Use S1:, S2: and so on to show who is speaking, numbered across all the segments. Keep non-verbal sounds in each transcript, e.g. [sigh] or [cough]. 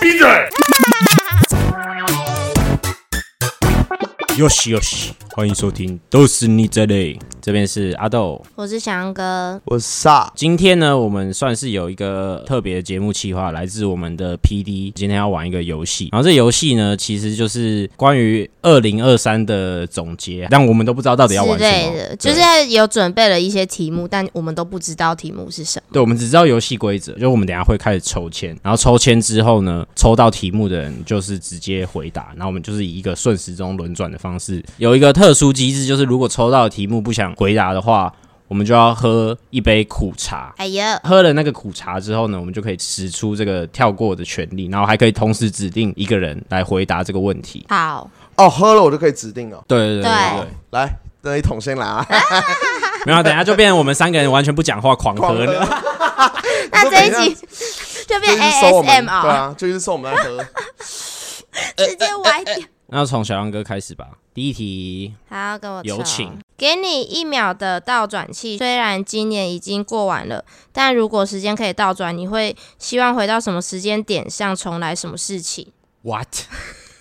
S1: 闭嘴！
S2: よしよし，欢迎收听，都是你这里，这边是阿豆。
S3: 我是翔哥，
S1: 我傻，
S2: 今天呢，我们算是有一个特别的节目企划，来自我们的 PD。今天要玩一个游戏，然后这游戏呢，其实就是关于二零二三的总结，但我们都不知道到底要
S3: 之
S2: 玩什
S3: 类
S2: 么
S3: 的，
S2: 对
S3: 就是有准备了一些题目，但我们都不知道题目是什么。
S2: 对，我们只知道游戏规则，就我们等一下会开始抽签，然后抽签之后呢，抽到题目的人就是直接回答，然后我们就是以一个顺时钟轮转的方式，有一个特殊机制，就是如果抽到的题目不想回答的话，我们就要喝一杯苦茶。
S3: 哎呀，
S2: 喝了那个苦茶之后呢，我们就可以使出这个跳过的权利，然后还可以同时指定一个人来回答这个问题。
S3: 好，
S1: 哦，喝了我就可以指定了。
S2: 对对对对
S3: 对
S2: 对，
S1: 来，那一桶先来啊！
S2: [laughs] 没有，等一下就变成我们三个人完全不讲话，狂
S1: 狂
S2: [laughs] 喝
S1: [laughs]
S2: 了。
S3: 那这一
S1: 集
S3: 集就
S1: 就
S3: 变
S1: 是收我们，
S3: ASM
S1: 对
S3: 啊，
S1: 啊，就是收我们来喝。
S3: [laughs] 直接歪掉。
S2: 那从小杨哥开始吧，第一题，
S3: 好，跟我
S2: 有
S3: 抽
S2: 请。
S3: 给你一秒的倒转器，虽然今年已经过完了，但如果时间可以倒转，你会希望回到什么时间点上重来什么事情？
S2: What？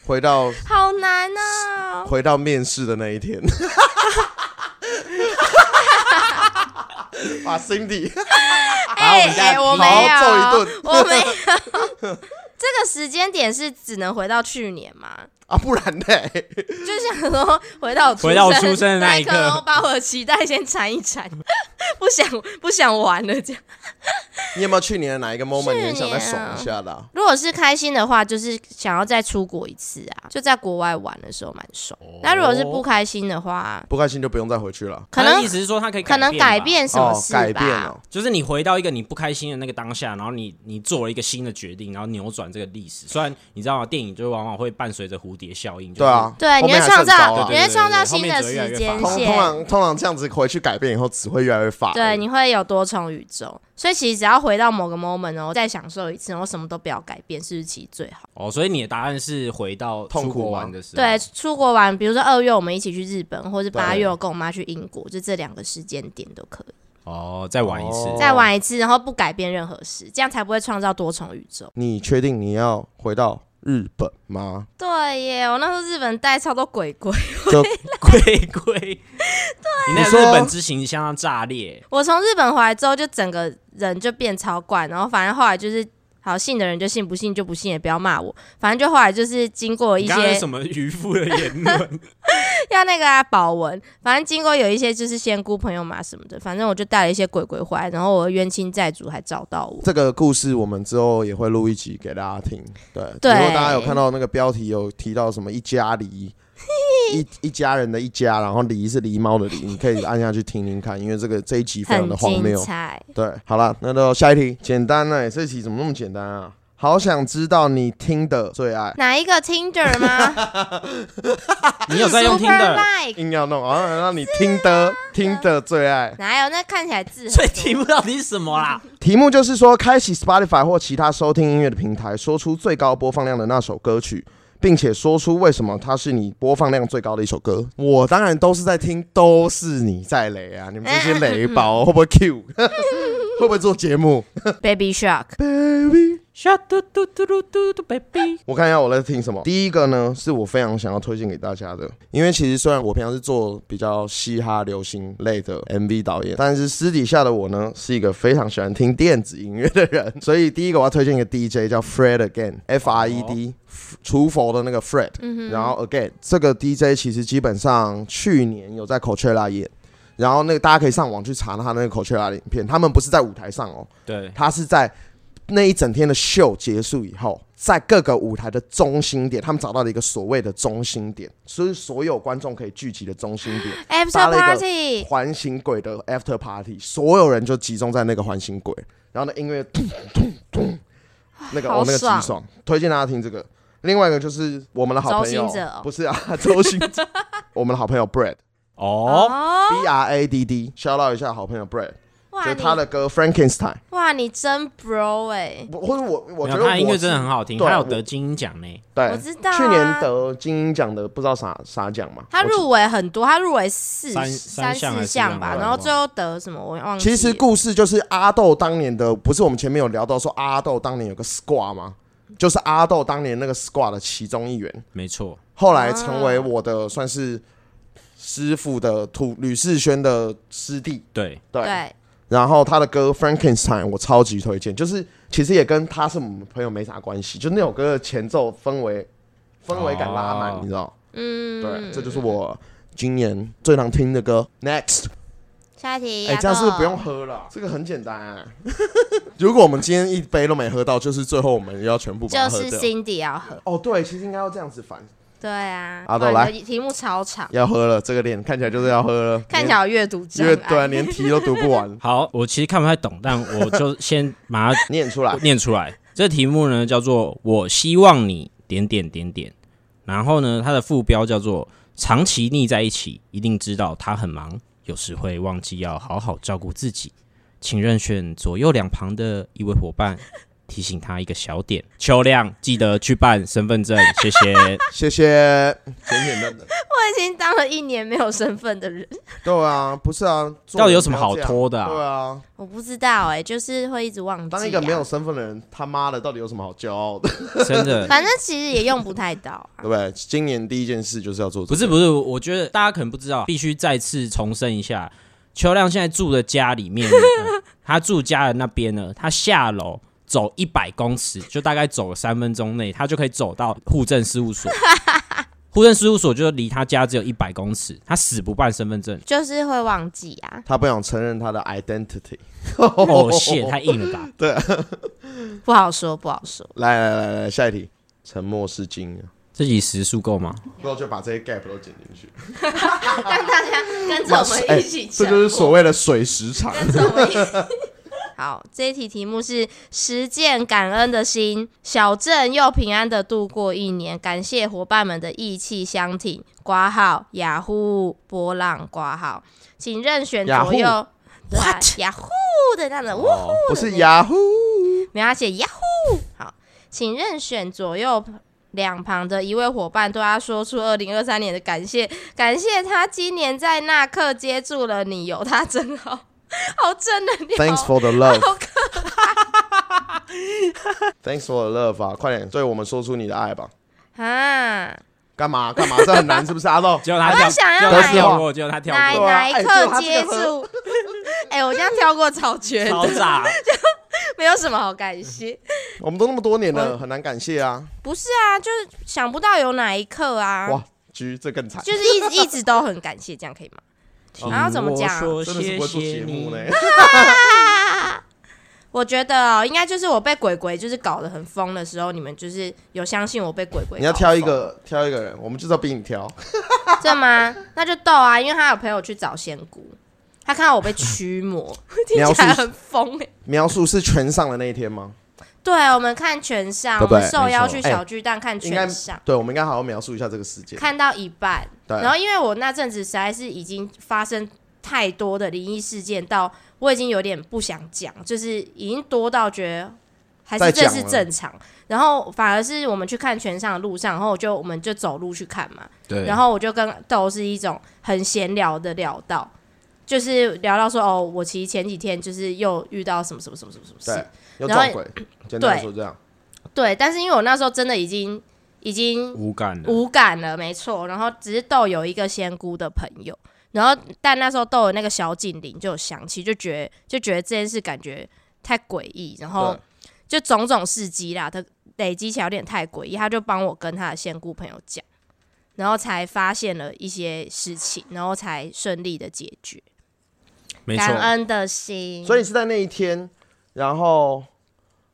S1: 回到
S3: 好难哦！
S1: 回到面试的那一天。 [laughs] 哇，Cindy，
S2: 好，我们现在
S3: 哎我
S1: 好
S3: 没
S1: 好揍
S3: 有
S1: 一顿，
S3: 我没有。 [laughs] 这个时间点是只能回到去年吗？
S1: 啊，不然呢？
S3: 就想说回到我出
S2: 回到我出生的那一刻
S3: 可能我把我的脐带先缠一缠， [laughs] 不想不想玩了这样。
S1: 你有没有去年的哪一个 moment 你
S3: 去年啊
S1: 很想再爽一下的啊？
S3: 如果是开心的话，就是想要再出国一次啊，就在国外玩的时候蛮爽。
S2: 哦
S3: 那如果是不开心的话，
S1: 不开心就不用再回去了。
S3: 可
S2: 他的
S3: 能
S2: 意思是说他可以
S3: 可能
S2: 吧
S3: 改，变什么
S1: 哦，
S3: 事
S1: 改变
S3: 吧
S1: 哦。，
S2: 就是你回到一个你不开心的那个当下，然后你你做了一个新的决定，然后扭转这个历史。虽然你知道吗，电影就往往会伴随着蝴蝶效应，就是、
S1: 对啊，
S3: 对，
S1: 后
S3: 你会
S1: 面还是
S3: 创
S1: 很糟
S3: 造，
S1: 啊
S2: 对
S3: 你
S2: 对
S3: 会创造
S2: 对后
S3: 新
S2: 面
S3: 的
S2: 只会越来
S3: 时
S2: 越
S3: 间
S2: 发
S1: 通通
S3: 线，
S1: 常通常这样子回去改变以后，只会越来越发。
S3: 对，你会有多重宇宙。所以其实只要回到某个 moment，然后再享受一次，然后什么都不要改变，是不是其实最好？
S2: 哦，所以你的答案是回到
S1: 痛
S2: 出
S1: 苦吗
S2: 国玩的时候，
S3: 对，，出国玩，比如说二月我们一起去日本，或是八
S2: 啊对
S3: 月我跟我妈去英国，就这两个时间点都可以。
S2: 哦，再玩一次， [laughs]
S1: 哦
S3: 再玩一次，然后不改变任何事，这样才不会创造多重宇宙。
S1: 你确定你要回到日本吗？
S3: 对耶，我那时候日本带超多鬼鬼， [laughs]
S1: 就
S2: 贵贵，你那
S1: 你
S2: 个
S1: 说
S2: 日本之行相当炸裂，
S3: 我从日本回来之后，就整个人就变超怪，然后反正后来就是。好信的人就信，不信就不信，也不要骂我。反正就后来就是经过一
S2: 你刚刚有
S3: 些
S2: 什么渔夫的
S3: [laughs]
S2: 言论？
S3: 要那个啊保文，反正经过有一些就是仙姑朋友嘛什么的，反正我就带了一些鬼鬼回来，然后我的冤亲债主还找到我。
S1: 这个故事，我们之后也会录一集给大家听。对，
S3: 对
S1: 如果大家有看到那个标题有提到什么一
S3: [laughs]
S1: 家离。一一家人的一家，然后狸是狸猫的狸，你可以按下去听听看，因为这个这一集非常
S3: 很
S1: 的荒
S3: 精
S1: 谬。
S3: 彩，
S1: 对，好了，那就下一题，简单哎、这一题怎么那么简单啊？好想知道你听的最爱，
S3: 哪一个 Tinder
S1: [laughs]
S3: 吗
S2: 你有在用听
S3: ？Super
S2: 的？
S3: Like
S1: 硬要弄啊，让你
S3: [laughs]
S1: 听
S3: 啊
S1: 的听的最爱。
S3: 哪有？那看起来字
S2: 所以
S3: 很多
S2: 题目到底是什
S3: [laughs]
S2: 么啦？
S1: 题目就是说，开启 Spotify 或其他收听音乐的平台，说出最高播放量的那首歌曲，并且说出为什么它是你播放量最高的一首歌。我当然都是在听，都是你在雷啊！你们这些雷宝会不会 Q？会不会做节目
S3: Baby Shark。
S1: ？Baby，
S2: Shut do do do do do do baby。
S1: 我看一下我在听什么。第一个呢，是我非常想要推荐给大家的，因为其实虽然我平常是做比较嘻哈流行类的 MV 导演，但是私底下的我呢，是一个非常喜欢听电子音乐的人，所以第一个我要推荐一个 DJ 叫 Fred Again，F R E D，、厨佛的那个 Fred，、然后 Again 这个 DJ 其实基本上去年有在 Coachella 演。然后那个大家可以上网去查他那个 Coachella 的影片，他们不是在舞台上哦，
S2: 对，
S1: 他是在那一整天的秀结束以后，在各个舞台的中心点，他们找到了一个所谓的中心点，所以所有观众可以聚集的中心点，搭
S3: After
S1: 了一个
S3: Party，
S1: 环形轨的 after party，所有人就集中在那个环形轨，然后呢
S3: [laughs]
S1: 音乐咚咚咚，那个
S3: 好
S1: 哦那个
S3: 爽
S1: 极爽，推荐大家听这个。另外一个就是我们的好朋友，
S3: 周兴哲哦
S1: 不是啊， [laughs] 周星哲，我们的好朋友 Brad，B
S2: 哦，
S3: 哦，
S1: R A D D，shout out 一下好朋友 Brad，就
S3: 哇
S1: 是他
S3: 你
S1: 的歌 Frankenstein，
S3: 哇你真 bro 哎，
S1: 我或者我我
S2: 没
S1: 觉
S2: 有
S1: 得
S2: 他的音
S1: 我
S2: 乐
S1: 是
S2: 真的很好听，
S1: 对啊
S2: 他有
S1: 我
S2: 得金鹰奖呢。
S1: 对，
S3: 我知道啊
S1: 去年得金鹰奖的不知道啥啥奖嘛。
S3: 他
S1: 我记
S3: 入围很多，他入围四
S2: 三
S3: 三
S2: 三项还
S3: 四
S2: 是
S3: 项
S2: 两
S3: 吧，
S2: 个
S3: 然后最后得什么我忘记
S1: 其
S3: 了。
S1: 实故事就是阿豆当年的，不是我们前面有聊到说阿豆当年有个 squad 吗？就是阿豆当年那个 squad 的其中一员，
S2: 没错，
S1: 后来成为我的算是师傅的徒吕世轩的师弟，
S2: 对，
S1: 对。
S3: 对，
S1: 然后他的歌《Frankenstein》我超级推荐，就是其实也跟他是我们朋友没啥关系，就那首歌的前奏氛围氛围感拉满，
S2: 哦，
S1: 你知道？
S3: 嗯，
S1: 对，这就是我今年最常听的歌。Next，
S3: 下一题。
S1: 哎、
S3: 亚
S1: 这样是
S3: 豆
S1: 不是不用喝了，这个很简单、啊。 [laughs] 如果我们今天一杯都没喝到，就是最后我们要全部把
S3: 就
S1: 它喝
S3: 是
S1: 掉。
S3: Cindy 要喝，
S1: 哦，对，其实应该要这样子反，
S3: 对啊，
S1: 阿豆
S3: 哇你的
S1: 来
S3: 题目超长，
S1: 要喝了，这个脸看起来就是要喝了，
S3: 看起来有阅读障
S1: 因为对啊、
S3: 碍。
S1: 连题都读不完
S3: [laughs]
S2: 好，我其实看不太懂，但我就先把它
S1: 念出来。
S2: 念出来。 [laughs] 这题目呢叫做“我希望你点点点点”，然后呢，它的副标叫做“长期腻在一起，一定知道他很忙，有时会忘记要好好照顾自己，请任选左右两旁的一位伙伴。”提醒他一个小点，秋亮记得去办身份证，谢谢。
S1: 谢谢，简简单单。
S3: 我已经当了一年没有身份的人，
S1: 对啊，不是啊，做人
S2: 到底有什么
S1: 不要
S2: 好
S1: 这样
S2: 拖的啊
S1: 对啊，
S3: [laughs] 我不知道哎、就是会一直忘记、啊
S1: 当一个没有，身份的人，他妈的，到底有什么好骄傲 [laughs] 的？
S2: 真的
S3: 反正其实也用不太
S1: [laughs]
S3: 到。
S1: 对不对？今年第一件事就是要做这
S2: 不
S1: 个、
S2: 是不是，我觉得大家可能不知道，必须再次重申一下，秋亮现在住的家里面，呃 [laughs] 他住家的那边呢，他下楼走一百公尺，就大概走了三分钟内，他就可以走到户政事务所。 [laughs] 户政事务所就离他家只有一百公尺，他死不办身份证
S3: 就是会忘记啊。
S1: 他不想承认他的 identity。
S2: [laughs] 哦，谢，太硬了吧？
S3: 不好说，不好 [laughs] 说。
S1: 来来来来，下一题，沉默是金啊，
S2: 这集时数够吗？
S1: 然后就把这些 gap 都剪进去。哎
S3: 让大家跟着我们一起
S1: 这
S3: 沉
S1: 就是
S3: 默，
S1: 所谓的水时长。
S3: 跟着我们一起。 [laughs] 好，这一题题目是实践感恩的心，小镇又平安的度过一年，感谢伙伴们的义气相挺。挂号雅虎波浪挂号，请任选左右。对啊雅虎的那种，呜
S1: 哦，不是 [laughs] 雅虎，
S3: 没有，他写 Yahoo。好，请任选左右两旁的一位伙伴，对他说出二零二三年的感谢，感谢他今年在那刻接住了你，有他真好，好正能量。哦
S1: Thanks for the love. [laughs] Thanks for the love 啊！快点对我们说出你的爱吧！
S3: 啊，
S1: 干嘛干嘛？这很难是不是？阿豆，
S2: 结果他
S3: 我
S2: 跳，
S3: 想要
S2: 结果他
S1: 买
S2: 跳过，结果他跳
S3: 哪
S1: 一
S2: 过，
S3: 哪一
S1: 对啊哎结果
S3: 刻
S1: 他这
S3: 接
S1: 个
S3: 住？
S1: [laughs]
S3: 哎、我这样跳过超绝
S2: 超
S3: 的，
S2: 炸！
S3: 没有什么好感谢。
S1: 我们都那么多年了，很难感谢啊！
S3: 不是啊，就是想不到有哪一刻啊，
S1: 哇，G 这更惨，
S3: 就是一直一直都很感谢，这样可
S1: [laughs]
S3: 以吗？然后怎么讲啊
S2: 听我说
S1: 真的是
S2: 谢
S1: 不会做
S2: 谢
S1: 节目
S2: 你
S1: 呢。
S3: 我觉得、哦、应该就是我被鬼鬼就是搞得很疯的时候，你们就是有相信我被鬼鬼。
S1: [laughs] 你要挑一，个挑一个人，我们就是要逼你 [laughs] 挑。
S3: 对吗？那就逗啊，因为他有陪我去找仙姑，他看到我被驱魔，听 [laughs]
S1: 描
S3: 起
S1: 述
S3: 来很疯哎、
S1: 描述是全上的那一天吗？
S3: 对，我们看全上，
S1: 对不对
S3: 我们受邀
S2: 没
S3: 去
S2: 错
S3: 小巨蛋看
S1: 哎应该
S3: 全上，
S1: 对，我们应该好好描述一下这个事件。
S3: 看到一半，
S1: 对，
S3: 然后因为我那阵子实在是已经发生太多的灵异事件，到我已经有点不想讲，就是已经多到觉得还是
S1: 再
S3: 这
S1: 讲
S3: 是
S1: 了
S3: 正常。然后反而是我们去看全上的路上，然后我就我们就走路去看嘛，
S2: 对
S3: 然后我就跟豆是一种很闲聊的聊到。就是聊到说哦，我其实前几天就是又遇到什么什么什么什么什么事
S1: 对，，又
S3: 然后
S1: 撞鬼，
S2: [clears throat]
S1: 简单地说这样。
S3: 对，但是因为我那时候真的已经已经
S2: 无感了，
S3: 无感了，没错。然后只是豆有一个仙姑的朋友，然后但那时候豆有那个小警铃就有响起，就觉得就觉得这件事感觉太诡异，然后
S1: 对
S3: 就种种事迹啦，他累积起来有点太诡异，他就帮我跟他的仙姑朋友讲，然后才发现了一些事情，然后才顺利的解决。
S2: 没错
S3: 感，嗯恩的心，
S1: 所以是在那一天，然后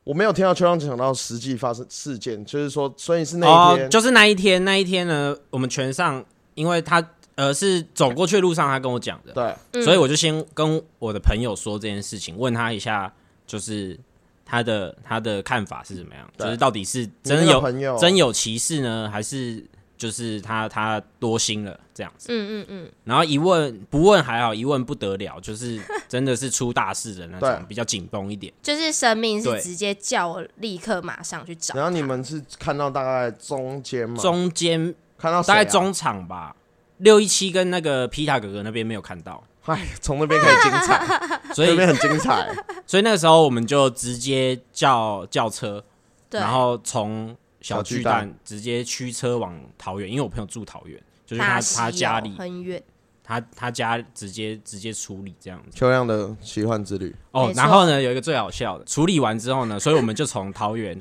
S1: 我没有听到邱亮讲到实际发生事件，就是说，所以是那一
S2: 哦，
S1: 天，
S2: 就是那一天，那一天呢，我们全上，因为他呃是走过去的路上，他跟我讲的，
S1: 对，
S3: 嗯
S2: 所以我就先跟我的朋友说这件事情，问他一下，就是他的他的看法是怎么样，
S1: 对
S2: 就是到底是
S1: 你那
S2: 真
S1: 个
S2: 有
S1: 朋友
S2: 真有歧视呢，还是就是他他多心了这样子？
S3: 嗯嗯嗯，
S2: 然后一问不问还好，一问不得了，就是真的是出大事的
S1: [laughs]
S2: 那
S1: 对
S2: 种，比较紧绷一点。
S3: 就是神明是
S2: 对
S3: 直接叫我立刻马上去找
S1: 然后你
S3: 他
S1: 们是看到大概中间嘛，
S2: 中间
S1: 看到谁
S2: 大
S1: 啊
S2: 概，中场吧，六一七跟那个皮塔哥哥那边没有看
S1: [laughs]
S2: 到，
S1: [laughs] 哎，从那边可以精彩，
S2: [laughs] 所
S1: 那
S2: 以
S1: 边很精彩，
S2: 所以那个时候我们就直接叫叫车，
S3: 对
S2: 然后从小巨
S1: 小巨
S2: 蛋直接驱车往桃园，因为我朋友住桃园，就是
S3: 大
S2: 他
S3: 溪
S2: 他
S3: 哦
S2: 家里，
S3: 很远，
S2: 他他家直接直接处理这样子。
S1: 秋亮的奇幻之旅，
S2: 哦
S3: 没，错
S2: 然后呢，有一个最好笑的，处理完之后呢，所以我们就从
S3: [laughs]
S2: 桃园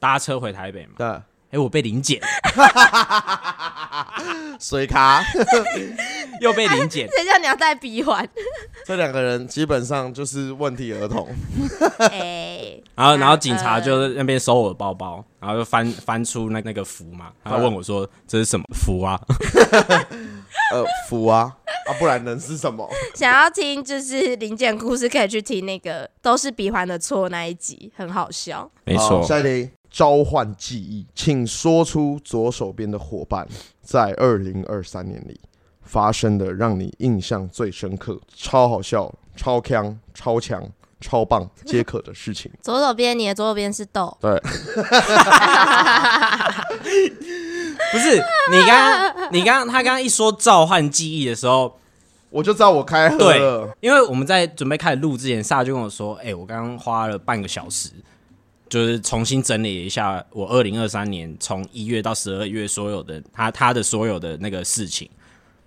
S2: 搭车回台北嘛。
S1: 对，
S2: 哎，我被临检，
S1: 水卡 [laughs]
S2: 又被临检，
S3: 谁叫你要带鼻
S2: [laughs]
S3: 环？
S1: 这两个人基本上就是问题儿童，
S3: 哎，
S2: 然后然后
S3: 那
S2: 警察
S3: 呃
S2: 就在那边搜我的包包，然后就翻翻出那那个符嘛，然后问我说这是什么符啊？ [laughs]
S1: 呃，福啊啊，不然能是什么？
S3: 想要听就是零件故事，可以去听那个都是鼻环的错那一集，很好笑。
S2: 没
S1: 好
S2: 错，
S1: 下一题，召唤记忆，请说出左手边的伙伴在二零二三年里发生的让你印象最深刻、超好笑、超强、超强、超棒、皆可的事情。
S3: 左手边，你的左手边是豆，
S1: 对，
S2: 不是你刚刚你刚刚他刚刚一说召唤记忆的时候，
S1: [laughs] 我就知道我开
S2: [laughs]
S1: 喝了。
S2: 因为我们在准备开始录之前，萨就跟我说：“哎、我刚刚花了半个小时，就是重新整理一下我二零二三年从一月到十二月所有的他他的所有的那个事情。”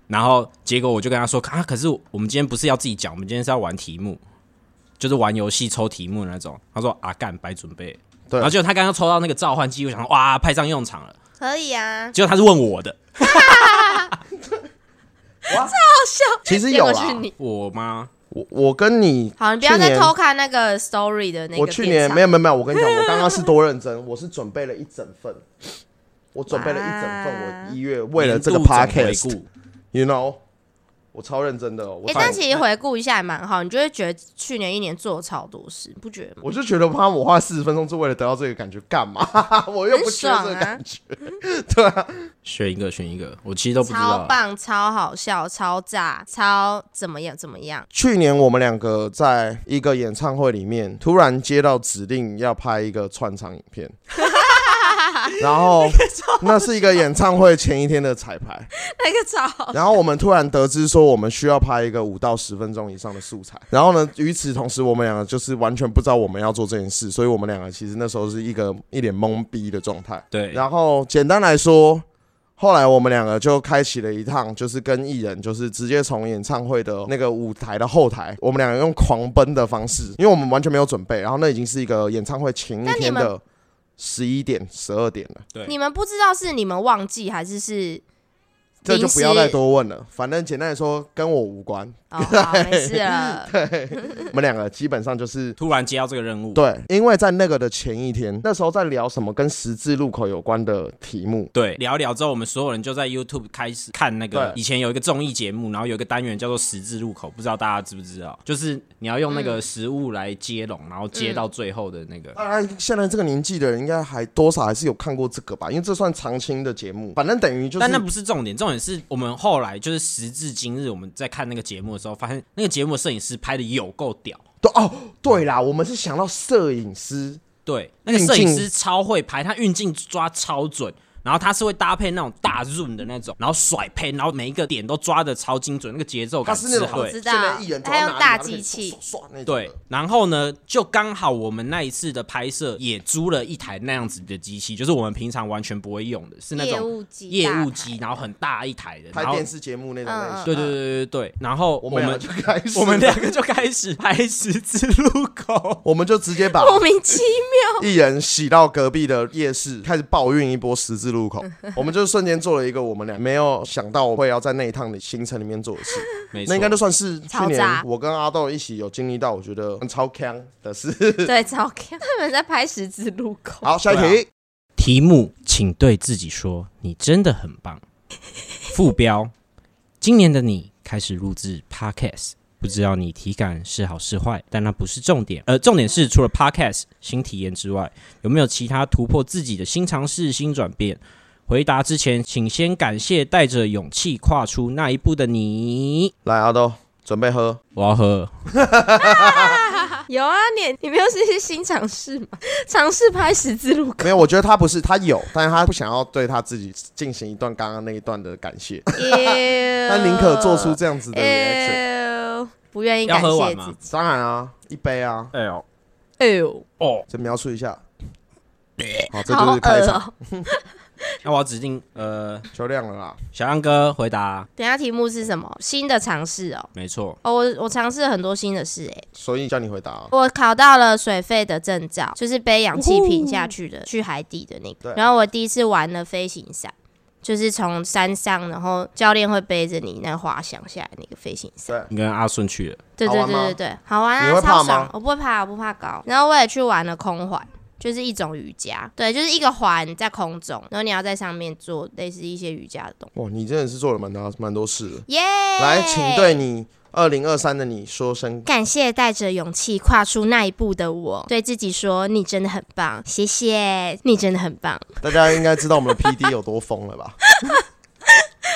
S2: 然后结果我就跟他说：“啊，可是我们今天不是要自己讲，我们今天是要玩题目，就是玩游戏抽题目的那种。”他说：“啊，干白准备。”
S1: 对
S2: 然后结果他刚刚抽到那个召唤机，我想说哇，派上用场了。
S3: 可以啊，
S2: 结果他是问我的，
S1: 其实
S3: 结
S1: 有
S3: 果
S1: 啦
S3: 是，你。
S2: 我吗？
S1: 我我跟你
S3: 好，你不要再
S1: 去年
S3: 偷看那个 story 的那个。
S1: 我去年没有，没有没有，我跟你讲，我刚刚是多认真，我是准备了一整份，我准备了一整份，
S3: 哇
S1: 我一月为了这个
S2: 年度总回
S1: podcast，
S2: 顾
S1: you know，我超认真的哦、我
S3: 哎、
S1: 差
S3: 但
S1: 点
S3: 其实回顾一下也蛮好，你就会觉得去年一年做了超多事，你不觉得吗？
S1: 我就觉得怕我花四十分钟是为了得到这个感觉干嘛？ [laughs] 我又不缺
S3: 啊
S1: 这个感觉。对啊，
S2: 选一个，选一个，我其实都不知
S3: 超
S2: 道。
S3: 棒、超好笑、超炸、超怎么样怎么样？
S1: 去年我们两个在一个演唱会里面突然接到指令要拍一个串场影片，然后那是一个演唱会前一天的彩排，
S3: [laughs] 那个超好
S1: 然后我们突然得知说我们需要拍一个五到十分钟以上的素材，然后呢，与此同时我们两个就是完全不知道我们要做这件事，所以我们两个其实那时候是一个一脸懵逼的状态。
S2: 对，
S1: 然后简单来说，后来我们两个就开启了一趟，就是跟艺人，就是直接从演唱会的那个舞台的后台，我们两个用狂奔的方式，因为我们完全没有准备，然后那已经是一个演唱会前一
S3: 但你
S1: 天
S3: 们
S1: 的十一点、十二点了，
S2: 对
S3: 你们不知道是你们忘记还是是
S1: 这就
S3: 临时
S1: 不要再多问了。反正简单来说，跟我无关，
S3: 哦，好，没事 [laughs] 了。
S1: 我们两个基本上就是。
S2: 突然接到这个任务，
S1: 对，因为在那个的前一天，那时候在聊什么跟十字路口有关的题目，
S2: 对，聊一聊之后，我们所有人就在 YouTube 开始看那个
S1: 对
S2: 以前有一个综艺节目，然后有一个单元叫做十字路口，不知道大家知不知道？就是你要用那个食物来接龙，然后接到最后的那个。
S1: 当然，现在这个年纪的人应该还多少还是有看过这个吧，因为这算常青的节目。反正等于就是，
S2: 但那不是重点，重点是我们后来就是时至今日，我们在看那个节目的时候，发现那个节目的摄影师拍的有够屌。
S1: 对哦，对啦，我们是想到摄影师，
S2: 对，那个
S1: 运
S2: 摄影
S1: 镜
S2: 师超会拍，他运镜抓超准，然后他是会搭配那种大润的那种，然后甩拍，然后每一个点都抓的超精准，那个节奏
S1: 他
S2: 感
S1: 是那
S2: 是
S1: 种
S2: 好
S3: 知
S1: 现
S3: 道
S1: 在艺人走到
S3: 他用
S1: 哪里
S3: 大
S1: 他就可以
S3: 机器
S1: 唰唰唰那种
S2: 对
S1: 的，
S2: 然后呢，就刚好我们那一次的拍摄也租了一台那样子的机器，就是我们平常完全不会用的，是那
S3: 业
S2: 种
S3: 务机，
S2: 业务机，，然后很大一台的，然
S1: 拍
S2: 后
S1: 电视节目那种
S3: 嗯
S1: 类型。
S2: 对对对对对对，然后
S1: 我
S2: 我们
S1: 们两个就开始，
S2: 我们两个就开始拍十字路口，
S1: [laughs] 我们就直接
S3: [laughs]
S1: 把
S3: 莫名其妙。
S1: 艺人洗到隔壁的夜市，开始抱怨一波十字路口。
S3: 嗯
S1: [laughs] 我们就瞬间做了一个我们俩没有想到会要在那一趟的行程里面做的事。
S2: 没错，
S1: 那应该就算是去
S3: 嘈杂
S1: 年我跟阿豆一起有经历到，我觉得很超强的事。
S3: 对，超看他们在拍十字路口。
S1: 好，下一
S2: 对
S1: 题。
S2: 题目，请对自己说：“你真的很棒。”副标：今年的你开始录制 Podcast，不知道你体感是好是坏，但那不是重点。呃，重点是除了 Podcast 新体验之外，有没有其他突破自己的新尝试、新转变？回答之前，请先感谢带着勇气跨出那一步的你。
S1: 来，阿豆，准备喝。
S2: 我要喝，
S3: 有啊，你你没有这些新尝试吗？尝试拍十字路
S1: [laughs]
S3: 口
S1: 没有，我觉得他不是，他有，但是他不想要对他自己进行一段刚刚那一段的感谢，
S3: 耶
S1: 他宁可做出这样子的 reaction。
S3: 哎呦不愿意
S2: 要
S3: 感
S2: 喝完
S3: 谢
S2: 吗
S3: 自己。
S1: 当然啊，一杯啊，
S2: 哎呦，
S3: 哎呦，
S2: 哦，
S1: 再描述一下，好，这
S3: 好
S1: 就是开
S3: 恶
S1: 场，
S3: 哦、
S2: 那我要指定呃，
S1: 求亮了啦。
S2: 小亮哥回答，
S3: 等一下题目是什么？新的尝试哦。
S2: 没错，
S3: 哦，我我尝试了很多新的事哎、
S1: 所以叫你回答哦、
S3: 我考到了水肺的证照，就是背氧气瓶下去的，去海底的那个
S1: 哦对。
S3: 然后我第一次玩了飞行伞，就是从山上，然后教练会背着你那滑翔下来那个飞行伞。
S1: 对
S2: 你跟阿顺去了，
S3: 对
S1: 好
S3: 对
S1: 玩
S3: 对
S1: 吗
S3: 对对，好玩啊，
S1: 你会怕
S3: 超
S1: 吗
S3: 爽！我不会怕，我不怕高。然后我也去玩了空环。就是一种瑜伽，对，就是一个环在空中，然后你要在上面做类似一些瑜伽的动作。
S1: 哇，你真的是做了蛮多蛮多事的。
S3: 耶、
S1: 来，请对你二零二三的你说声
S3: 感谢带着勇气跨出那一步的我，对自己说：“你真的很棒，谢谢，你真的很棒。
S1: 大家应该知道我们的 PD 有多疯了吧？”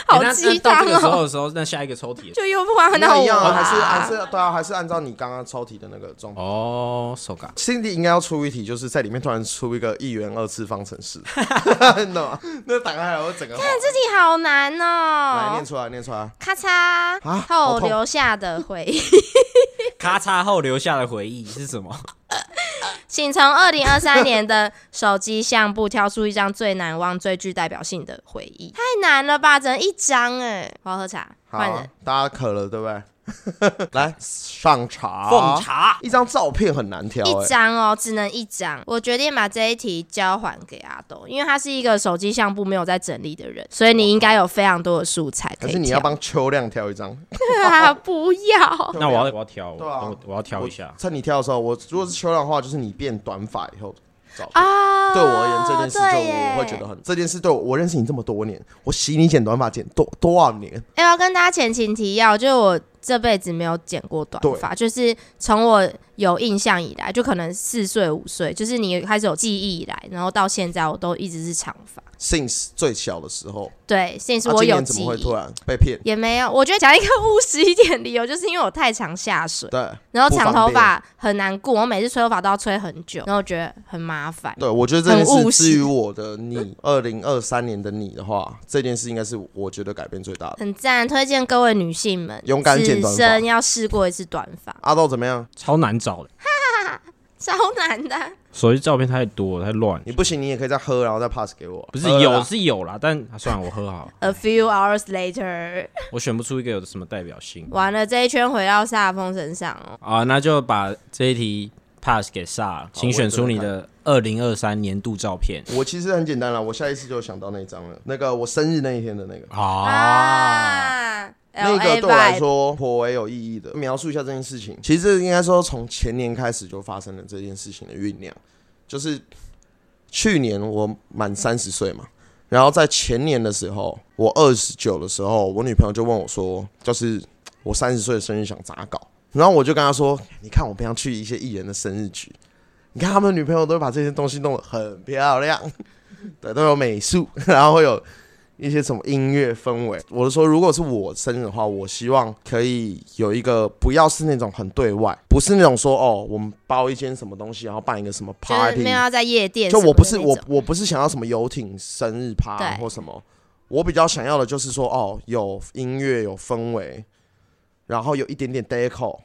S3: 好
S2: 欸那
S3: 鸡
S2: 那到
S3: 汤
S2: 这个时
S3: 哦，
S2: 候的时候，那下一个抽题了
S3: 就又换到
S1: [laughs] 那一
S3: 我
S1: 样啊，
S3: 啦
S1: 还是还是对啊，还是按照你刚刚抽题的那个状况。
S2: 哦，手感
S1: Cindy 应该要出一题，就是在里面突然出一个一元二次方程 [laughs] 式，你懂吗？那打开来我整个看
S3: 这题好难
S1: 来
S3: 哦
S1: 念。出来，念出来。
S3: 咔嚓
S1: 啊，
S3: 后
S1: 好痛
S3: 留下的回忆，
S2: 咔嚓后留下的回忆是什么？
S3: 请从二零二三年的手机相簿挑出一张最难忘、最具代表性的回忆。太难了吧，只能一张哎！我要喝茶，
S1: 好
S3: 换人
S1: 啊，。大家渴了对不对？ [laughs] 来上茶，
S2: 奉茶。
S1: 一张照片很难挑、
S3: 一
S1: 欸，
S3: 张哦，只能一张。我决定把这一题交还给阿斗，因为他是一个手机相簿没有在整理的人，所以你应该有非常多的素材可
S1: 可
S3: 以
S1: 是
S3: 挑。
S1: 你要帮秋亮挑一张。
S3: 啊， [laughs] 不要。
S2: 那我要我要挑，
S1: 对啊
S2: 我我要挑一下
S1: 我。趁你挑的时候，我如果是秋亮的话，就是你变短发以后。照片。
S3: 啊，
S1: 对我而言，这件事就
S3: 对耶
S1: 我会觉得很，这件事对我，我认识你这么多年，我洗你剪短发剪多多少年？
S3: 哎、我要跟大家前情提要，就是我这辈子没有剪过短发，就是从我有印象以来，就可能四岁五岁，就是你开始有记忆以来，然后到现在我都一直是长发。
S1: since 最小的时候，
S3: 对，since
S1: 啊
S3: 我
S1: 今
S3: 有
S1: 年怎
S3: 记
S1: 么会
S3: 忆。
S1: 突然被骗？
S3: 也没有，我觉得讲一个务实一点理由，就是因为我太常下水，
S1: 对
S3: 然后长
S1: 不方
S3: 头
S1: 便
S3: 发很难顾，我每次吹头发都要吹很久，然后我觉得很麻烦。
S1: 对，我觉得这件
S3: 很务
S1: 事
S3: 实
S1: 至于我的你，二零二三年的你的话，这件事应该是我觉得改变最大的。
S3: 很赞，推荐各位女性们，
S1: 勇敢剪短
S3: 此
S1: 发
S3: 生要试过一次短发，
S1: 阿豆怎么样？
S2: 超难找的，
S3: 超难的。
S2: 手机照片太多了，太乱了。
S1: 你不行，你也可以再喝，然后再 pass 给我。
S2: 不是
S1: 喝了
S2: 有
S1: 啦
S2: 是有啦，但啊算了，我喝好了， [laughs]
S3: A few hours later，
S2: 我选不出一个有什么代表性
S3: 完了这一圈回到萨风身上哦。
S2: 啊，那就把这一题 pass 给萨尔，请选出你的二零二三年度照片
S1: 我其实很简单了，我下一次就想到那一张了，那个我生日那一天的那个。
S3: 啊
S2: 啊，
S1: 啊
S3: LA
S1: 那个对我来
S3: vibe
S1: 说颇为有意义的。描述一下这件事情，其实应该说从前年开始就发生了这件事情的酝酿，就是去年我满三十岁嘛，然后在前年的时候，我二十九的时候，我女朋友就问我说，就是我三十岁的生日想咋搞？然后我就跟她说，你看我平常去一些艺人的生日局，你看他们的女朋友都会把这些东西弄得很漂亮， [laughs] 对，都有美术， [laughs] 然后会有一些什么音乐氛围。我是说，如果是我生日的话，我希望可以有一个不要是那种很对外，不是那种说哦，我们包一间什么东西，然后办一个什么
S3: 就是啊
S1: party，
S3: 没有要在夜店什
S1: 就
S3: 么的那种，
S1: 我不是我我不是想要什么游艇生日趴
S3: 对
S1: 或什么，我比较想要的就是说哦，有音乐有氛围，然后有一点点 deco。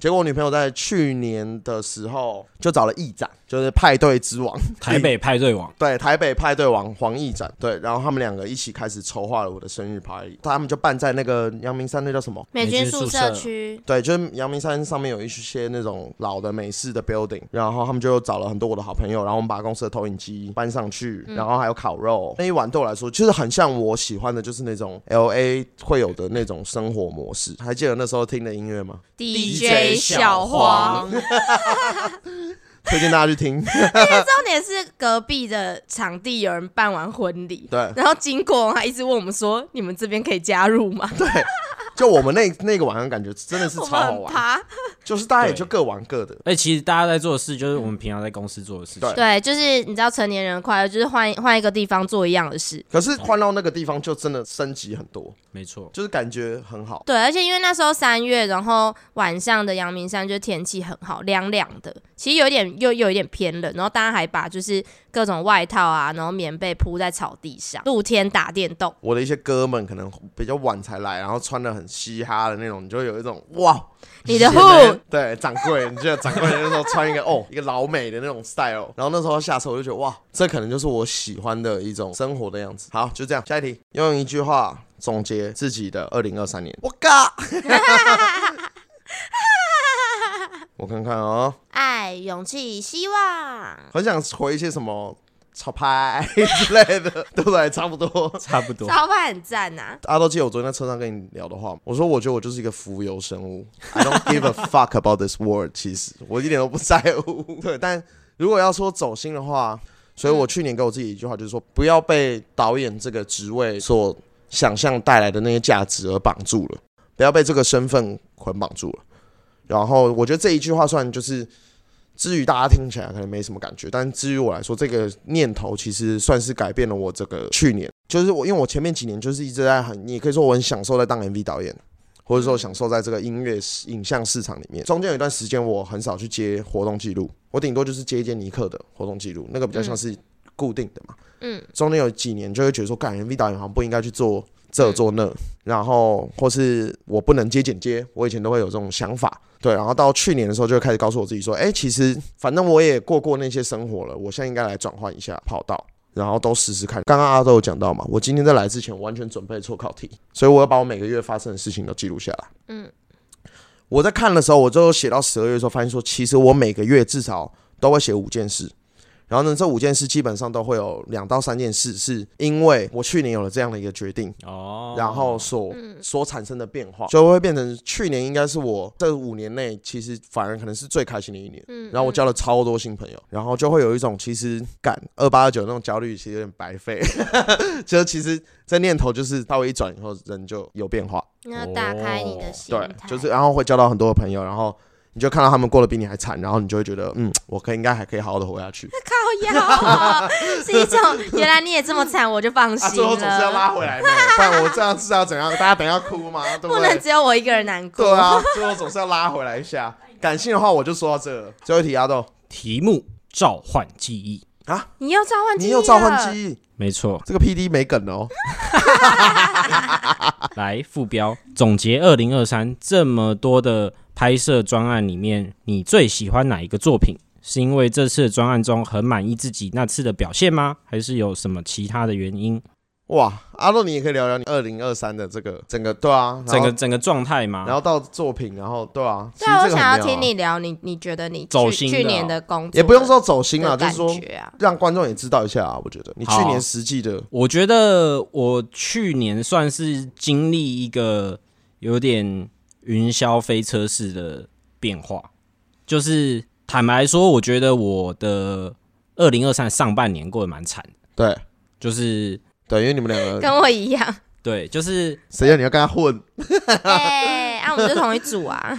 S1: 结果我女朋友在去年的时候就找了议长，就是派对之王， [laughs]
S2: 台北派对网
S1: 对，台北派对王黄奕展，对，然后他们两个一起开始筹划了我的生日 party，他们就办在那个阳明山那叫什么？
S3: 美军
S2: 美军
S3: 宿
S2: 宿
S3: 舍
S2: 舍
S3: 区，
S1: 对，就是阳明山上面有一些那种老的美式的 building，然后他们就找了很多我的好朋友，然后我们把公司的投影机搬上去，
S3: 嗯
S1: 然后还有烤肉。那一晚对我来说，就是很像我喜欢的，就是那种 L A 会有的那种生活模式。还记得那时候听的音乐吗？
S2: DJ
S3: 小
S2: 小黄，
S1: 推荐大家去听。 [laughs]
S3: 重点是隔壁的场地有人办完婚礼，
S1: 对
S3: 然后经过还一直问我们说：“你们这边可以加入吗
S1: 对，就我们那那个晚上感觉真的？”是
S3: 我
S1: 超
S3: 们
S1: 好
S3: 很
S1: 玩，
S3: 怕，
S1: 就是大家也就各玩各的。
S2: 哎，其实大家在做的事就是我们平常在公司做的事情
S1: 对。
S3: 对，就是你知道成年人快乐，就是换换一个地方做一样的事。
S1: 可是换到那个地方就真的升级很多，
S2: 没错，
S1: 就是感觉很好。
S3: 对，而且因为那时候三月，然后晚上的阳明山就天气很好，凉凉的，其实有点又又有点偏冷，然后大家还把就是各种外套啊，然后棉被铺在草地上，露天打电动。
S1: 我的一些哥们可能比较晚才来，然后穿的很嘻哈的那种，你就会有一种哇，
S3: 你的
S1: 谢谢
S3: who
S1: 对掌柜，你记得掌柜那时候穿一个哦一个老美的那种 style，然后那时候下车我就觉得哇，这可能就是我喜欢的一种生活的样子。好，就这样，下一题，用一句话总结自己的二零二三年。我嘎，我看看哦，
S3: 爱、哎勇气、希望，
S1: 很想回一些什么潮牌之类的，对不对？差不多。
S2: 差不多。
S3: 招牌很赞啊呐、
S1: 大家都记得我昨天在车上跟你聊的话吗？我说我觉得我就是一个浮游生物，I don't give a fuck about this world。其实我一点都不在乎。 [laughs] 对，但如果要说走心的话，所以我去年给我自己一句话，就是说不要被导演这个职位所想象带来的那些价值而绑住了，不要被这个身份捆绑住了。然后我觉得这一句话算就是。至于大家听起来可能没什么感觉，但至于我来说，这个念头其实算是改变了我这个去年。就是我，因为我前面几年就是一直在很，你也可以说我很享受在当 MV 导演，或者说享受在这个音乐市影像市场里面。中间有一段时间我很少去接活动记录，我顶多就是接一接尼克的活动记录，那个比较像是固定的嘛。
S3: 嗯，
S1: 中间有几年就会觉得说，干 MV 导演好像不应该去做这做那，然后或是我不能接剪接，我以前都会有这种想法。对，然后到去年的时候就会开始告诉我自己说，哎，其实反正我也过过那些生活了，我现在应该来转换一下跑道。然后都试试看。刚刚阿豆有讲到嘛，我今天在来之前完全准备错考题，所以我要把我每个月发生的事情都记录下来。
S3: 嗯，
S1: 我在看的时候，我就写到十二月的时候，发现说，其实我每个月至少都会写五件事。然后呢，这五件事基本上都会有两到三件事，是因为我去年有了这样的一个决定，
S2: 哦
S1: 然后所
S3: 嗯
S1: 所产生的变化，就会变成去年应该是我这五年内，其实反而可能是最开心的一年。
S3: 嗯，
S1: 然后我交了超多新朋友，然后就会有一种其实干二八二九那种焦虑，其实有点白费。 [laughs] 就其实这念头就是稍微一转以后，人就有变化。
S3: 你要打开你的心
S1: 哦对
S3: 态，，
S1: 就是然后会交到很多的朋友，然后你就看到他们过得比你还惨，然后你就会觉得，嗯，我可以应该还可以好好的活下去。
S3: 靠腰哦、是一种原来你也这么惨，我就放
S1: 啊，
S3: 心
S1: 最后总是要
S3: 了，
S1: 拉回来的，不然我这样是要怎样？大家等一下哭吗？对
S3: 不能
S1: 对？
S3: 只有我一个人难过。
S1: 对啊，最后总是要拉回来一下。感性的话我就说到这了。最后一题，阿豆，
S2: 题目召唤记忆，
S3: 你又召唤记忆，
S1: 你又召唤，机，
S2: 没错。
S1: 这个 P D 没梗哦。
S2: 来副标总结二零二三这么多的拍摄专案里面，你最喜欢哪一个作品？是因为这次的专案中很满意自己那次的表现吗？还是有什么其他的原因？
S1: 哇，阿洛，你也可以聊聊你二零二三的这个整个对啊，然后
S2: 整个整个状态吗？
S1: 然后到作品，然后对啊，
S3: 对啊，
S1: 其
S3: 我
S1: 实这个
S3: 想
S1: 很
S3: 要
S1: 妙啊
S3: 听你聊，你你觉得你去
S2: 走心的哦
S3: 去年的工作
S1: 啊也不用说走心
S3: 的
S1: 啊，就
S3: 感
S1: 是说
S3: 觉啊，
S1: 让观众也知道一下啊。我觉得你去
S2: 好
S1: 年实际的
S2: 我觉得我去年算是经历一个有点云霄飞车式的变化，就是坦白说，我觉得我的二零二三上半年过得蛮惨的，
S1: 对
S2: 就是
S1: 对，因为你们两个
S3: 跟我一样。
S2: [laughs] 对，就是
S1: 谁叫你要跟他混？
S3: 哎、啊，我们就同一组
S2: [laughs]
S3: 啊。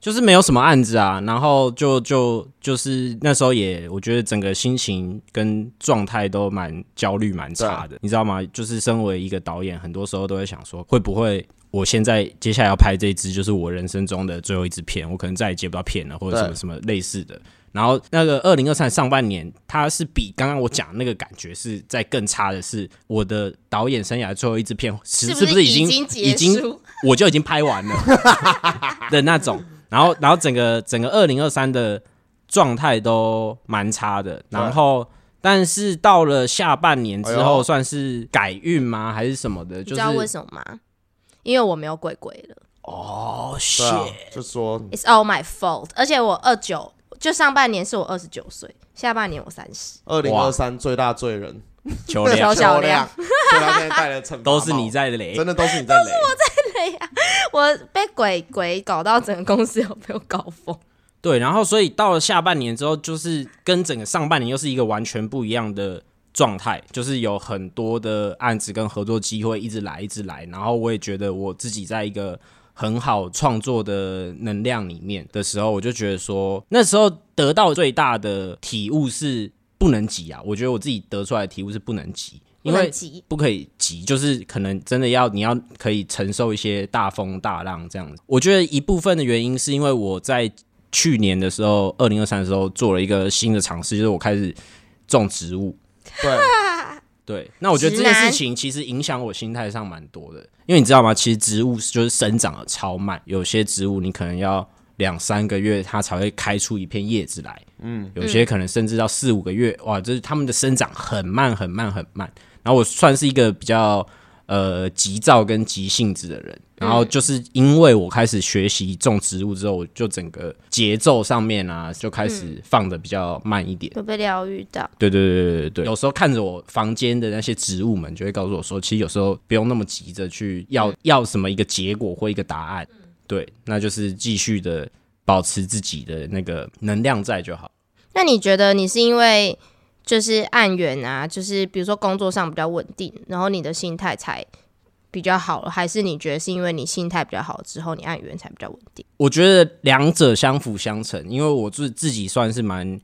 S2: 就是没有什么案子啊，然后就就就是那时候也，我觉得整个心情跟状态都蛮焦虑、蛮差的，你知道吗？就是身为一个导演，很多时候都会想说，会不会我现在接下来要拍这一支，就是我人生中的最后一支片，我可能再也接不到片了，或者什么
S1: 对
S2: 什么类似的。然后呃那个二零二三上半年，它是比刚刚我讲的那个感觉是在更差的是，我的导演生涯最后一支片是
S3: 不
S2: 是
S3: 已
S2: 经
S3: 结
S2: 经
S3: 束？
S2: 我就已经拍完 [laughs] 了的那种。然后，然后整个整个二零二三的状态都蛮差的。然后，但是到了下半年之
S1: 哎
S2: 后，
S1: 呦
S2: 算是改运吗？还是什么的？
S3: 你
S2: 就
S3: 知
S2: 是
S3: 道为什么吗？因为我没有鬼鬼了
S2: 哦，谢、
S1: 对啊，就说
S3: ，It's all my fault。而且我二九，就上半年是我二十九岁，下半年我三
S2: [laughs]
S3: 十。
S1: 二零二三最大罪人
S2: 求
S3: 对
S2: 了
S3: 啊，小亮，
S1: 对他现在戴了惩罚帽
S2: [laughs] 都是你，在雷
S1: 真。的都是你在雷。
S3: 对呀、我被鬼鬼搞到整个公司有被我搞疯。
S2: 对，然后所以到了下半年之后，就是跟整个上半年又是一个完全不一样的状态，就是有很多的案子跟合作机会一直来，一直来。然后我也觉得我自己在一个很好创作的能量里面的时候，我就觉得说，那时候得到最大的体悟是不能急啊。我觉得我自己得出来的体悟是不能急，因
S3: 不
S2: 为
S3: 能急
S2: 不可以急，就是可能真的要你要可以承受一些大风大浪这样子。我觉得一部分的原因是因为我在去年的时候，二零二三的时候做了一个新的尝试，就是我开始种植物。
S1: 对，
S2: 对，那我觉得这件
S3: 直男
S2: 事情其实影响我心态上蛮多的，因为你知道吗？其实植物就是生长的超慢，有些植物你可能要两三个月它才会开出一片叶子来，嗯，有些可能甚至到四五个月，哇，就是它们的生长很慢很慢很慢。然后我算是一个比较呃急躁跟急性子的人，然
S3: 嗯
S2: 后就是因为我开始学习种植物之后，我就整个节奏上面啊就开
S3: 嗯
S2: 始放的比较慢一点。
S3: 有被疗愈到。
S2: 对对对对对对，有时候看着我房间的那些植物们，就会告诉我说，其实有时候不用那么急着去要、要什么一个结果或一个答案，对，那就是继续的保持自己的那个能量在就好。
S3: 那你觉得你是因为就是案源啊，就是比如说工作上比较稳定，然后你的心态才比较好了，还是你觉得是因为你心态比较好之后，你案源才比较稳定？
S2: 我觉得两者相辅相成，因为我自自己算是蛮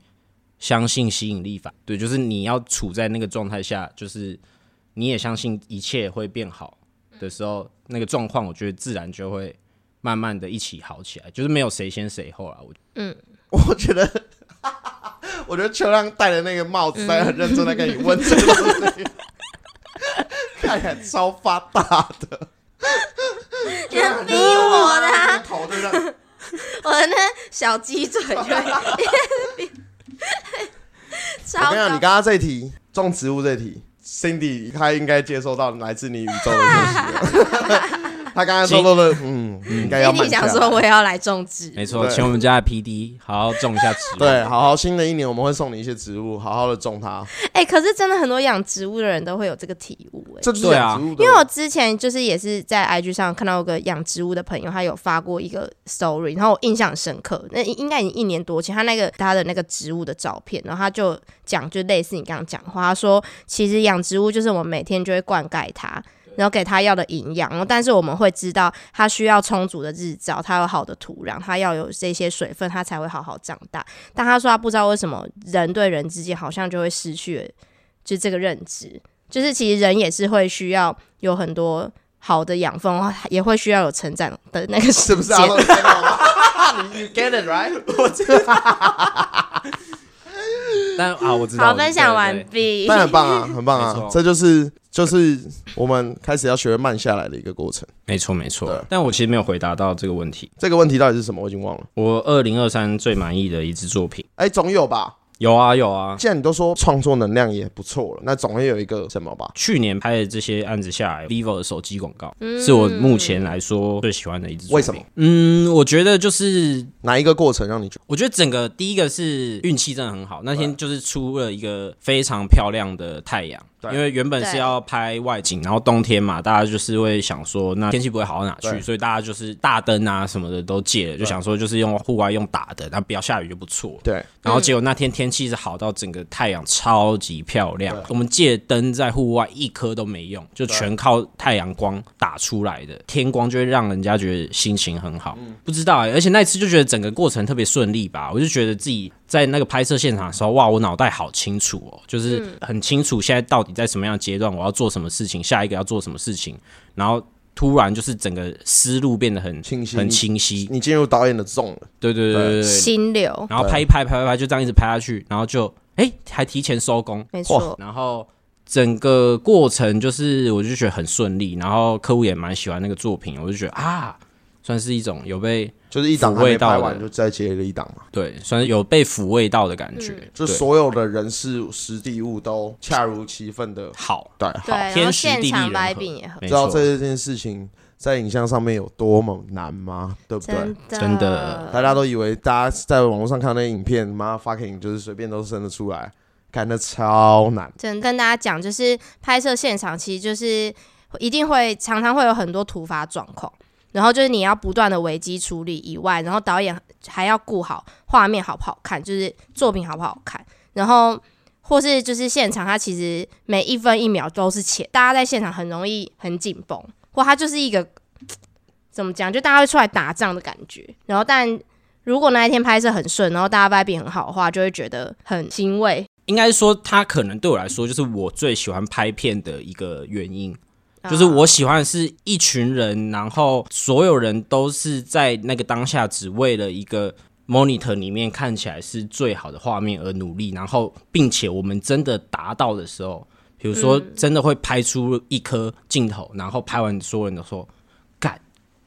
S2: 相信吸引力法，对，就是你要处在那个状态下，就是你也相信一切会变好的时候，那个状况我觉得自然就会慢慢的一起好起来，就是没有谁先谁后啊。我
S1: 我觉得， [laughs] 我觉得秋亮戴的那个帽子，在很认真在跟你问这个事 [laughs] 情，
S3: 啊
S1: 看起来超发大的。 [laughs]
S3: 你很逼我的啊、
S1: 那个头就这样，
S3: [laughs] 我的那小鸡嘴
S1: [laughs]
S3: 就会
S1: 我
S3: 超
S1: 跟你讲，你
S3: 高。
S1: 刚刚这一题种植物这一题，Cindy 她应该接收到来自你宇宙的 [laughs] 讯息了。她刚才说到的，嗯，你应该要
S3: 你
S1: 慢下
S3: 想
S1: 来
S3: 说我也要来种植，
S2: 没错，
S1: 对
S2: 请我们家的 PD 好好种一下植物。
S1: 对，好好新的一年我们会送你一些植物，好好的种它。
S3: 哎、可是真的很多养植物的人都会有这个体悟、哎，
S1: 这就是
S2: 对啊
S1: 养植物的，
S3: 因为我之前就是也是在 IG 上看到有个养植物的朋友，他有发过一个 story，然后我印象很深刻，那应应该已经一年多前，他那个他的那个植物的照片，然后他就讲就类似你刚刚讲的话，他说其实养植物就是我们每天就会灌溉它。然后给它要的营养，然后但是我们会知道它需要充足的日照，它有好的土壤，它要有这些水分，它才会好好长大。但他说他不知道为什么人对人之间好像就会失去了就这个认知，就是其实人也是会需要有很多好的养分，也会需要有成长的那个
S1: 是
S3: 时
S1: 不是
S3: 间。
S1: 啊？你看到吗 [laughs] 你？You get it right？我
S2: [laughs]
S1: 这个
S2: 但啊，我知道。
S3: 好，分享
S2: 对
S3: 完
S2: 对
S3: 毕。
S1: [laughs] 但很棒 [laughs] 啊，很棒
S2: 没
S1: 啊
S2: 错！
S1: 这就是就是我们开始要学会慢下来的一个过程。
S2: 没错没错
S1: 对。
S2: 但我其实没有回答到这个问题。
S1: 这个问题到底是什么？我已经忘了。
S2: 我二零二三最满意的一支作品，
S1: 哎，总有吧？
S2: 有啊有啊。
S1: 既然你都说创作能量也不错了，那总会有一个什么吧？
S2: 去年拍的这些案子下来，vivo 的手机广告、
S3: 嗯
S2: 是我目前来说最喜欢的一支作品。
S1: 为什么？
S2: 嗯，我觉得就是
S1: 哪一个过程让你觉
S2: 我觉得整个第一个是运气真的很好，那天就是出了一个非常漂亮的太阳，
S1: 对
S2: 因为原本是
S3: 对
S2: 要拍外景，然后冬天嘛，大家就是会想说，那天气不会好到哪去，
S1: 对
S2: 所以大家就是大灯啊什么的都戒了，就想说就是用户外用打的，那不要下雨就不错了
S1: 得？。对，
S2: 然后结果那天天气是好到整个太阳超级漂亮，我们借灯在户外一颗都没用，就全靠太阳光打出来的天光，就会让人家觉得心情很好。
S1: 嗯
S2: 不知道、欸，而且那一次就觉得整个过程特别顺利吧，我就觉得自己在那个拍摄现场的时候，哇，我脑袋好清楚哦，就是很清楚现在到底在什么样的阶段，我要做什么事情，下一个要做什么事情，然后。突然就是整个思路变得很
S1: 清晰
S2: 很清晰。
S1: 你进入导演的 zone 了。
S2: 对对对对对对，
S3: 心流，
S2: 然后拍一拍，拍拍拍，就这样一直拍下去，然后就哎、还提前收工，
S3: 没错，
S2: 然后整个过程就是我就觉得很顺利，然后客户也蛮喜欢那个作品，我就觉得啊，算是一种有被
S1: 就是一档
S2: 抚
S1: 还没
S2: 慰到
S1: 拍
S2: 的
S1: 完就再接了一档嘛，
S2: 对，算是有被抚慰到的感觉，
S1: 嗯就
S2: 对
S1: 所有的人事物、实地物都恰如其分的
S2: 好，
S1: 对，
S3: 对，
S2: 好
S3: 然后
S2: 天时
S3: 现
S2: 地利
S3: 场
S2: 人
S3: 掰
S2: 和
S3: 饼也很
S2: 没
S1: 知道
S2: 错，
S1: 这件事情在影像上面有多么难吗？对不对？
S3: 真的
S2: 真的
S1: 大家都以为大家在网络上看到那些影片，妈 fucking 就是随便都生得出来，看的超难。
S3: 真的跟大家讲，就是拍摄现场其实就是一定会常常会有很多突发状况，然后就是你要不断的危机处理以外，然后导演还要顾好画面好不好看，就是作品好不好看，然后。或是就是现场，它其实每一分一秒都是钱，大家在现场很容易很紧绷，或它就是一个怎么讲，就大家会出来打仗的感觉。然后，但如果那一天拍摄很顺，然后大家拍饼很好的话，就会觉得很欣慰。
S2: 应该说它可能对我来说就是我最喜欢拍片的一个原因，就是
S3: 嗯
S2: 我喜欢的是一群人，然后所有人都是在那个当下，只为了一个 monitor 里面看起来是最好的画面而努力，然后并且我们真的达到的时候，比如说
S3: 嗯
S2: 真的会拍出一颗镜头，然后拍完所有人都说干。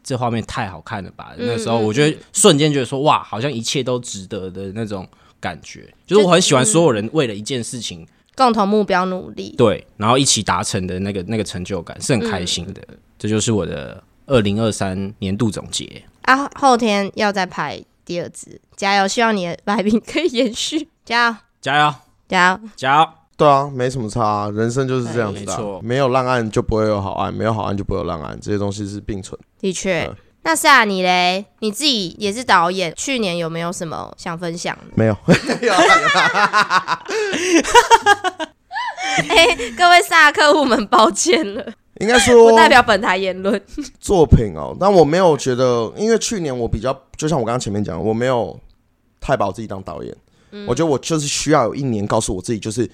S2: 这画面太好看了吧！
S3: 嗯
S2: 那时候
S3: 嗯
S2: 我觉得瞬间觉得说哇，好像一切都值得的那种感觉，就是我很喜
S3: 嗯
S2: 欢所有人为了一件事情
S3: 共同目标努力。
S2: 对，然后一起达成的那个那个成就感是很开心的。这就是我的二零二三年度总结。
S3: 啊，后天要再拍第二支，加油！希望你的来宾可以延续， [laughs] 加油，
S2: 加油，
S3: 加油！
S2: 加油！
S1: 对啊，没什么差、啊，人生就是这样子的、
S2: 哎没
S1: 啊
S2: 错，
S1: 没有烂案就不会有好案，没有好案就不会有烂案，这些东西是并存。
S3: 的确
S1: 嗯，
S3: 那萨你嘞，你自己也是导演，去年有没有什么想分享的？ [laughs]
S1: 没有，
S3: 哎各位萨客户们，抱歉了，
S1: 应该
S3: 不
S1: 说
S3: 代表本台言论。
S1: 作品哦，但我没有觉得，因为去年我比较，就像我刚刚前面讲的，我没有太把我自己当导演。
S2: 嗯
S1: 我觉得我就是需要有一年告诉我自己，就是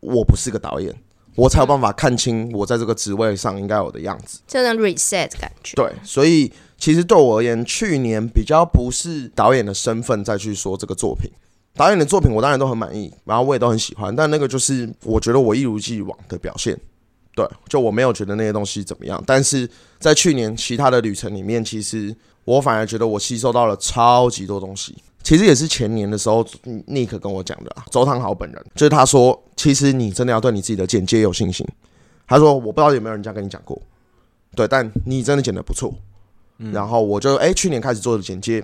S1: 我不是个导演，我才有办法看清我在这个职位上应该有的样子。
S3: 就那种 reset 的感觉。
S1: 对，所以其实对我而言，去年比较不是导演的身份再去说这个作品。导演的作品我当然都很满意，然后我也都很喜欢，但那个就是我觉得我一如既往的表现。对，就我没有觉得那些东西怎么样，但是在去年其他的旅程里面，其实我反而觉得我吸收到了超级多东西。其实也是前年的时候嗯，Nick 跟我讲的、啊，周汤豪本人就是他说，其实你真的要对你自己的简介有信心。他说，我不知道有没有人这样跟你讲过，对，但你真的剪得不错。然后我就哎、去年开始做的简介，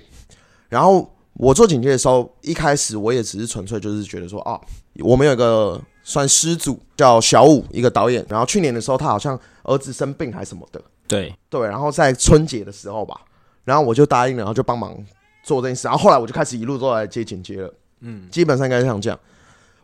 S1: 然后我做简介的时候，一开始我也只是纯粹就是觉得说，啊，我们有一个算师祖叫小五，一个导演，然后去年的时候他好像儿子生病还是什么的，
S2: 对，
S1: 对，然后在春节的时候吧，然后我就答应了，然后就帮忙做这件事，然后后来我就开始一路都来接剪接了，嗯，基本上应该是像这样。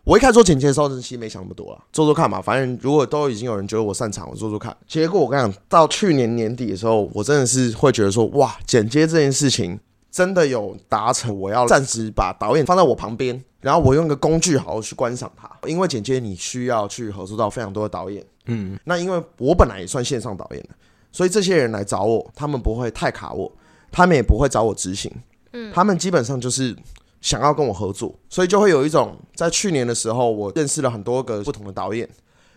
S1: 我一开始做剪接的时候，其实没想那么多啊，做做看嘛，反正如果都已经有人觉得我擅长，我做做看。结果我跟你讲，到去年年底的时候，我真的是会觉得说，哇，剪接这件事情真的有达成，我要暂时把导演放在我旁边，然后我用一个工具好好去观赏它，因为剪接你需要去合作到非常多的导演，嗯，那因为我本来也算线上导演的。所以这些人来找我，他们不会太卡我，他们也不会找我执行，嗯，他们基本上就是想要跟我合作，所以就会有一种在去年的时候，我认识了很多个不同的导演，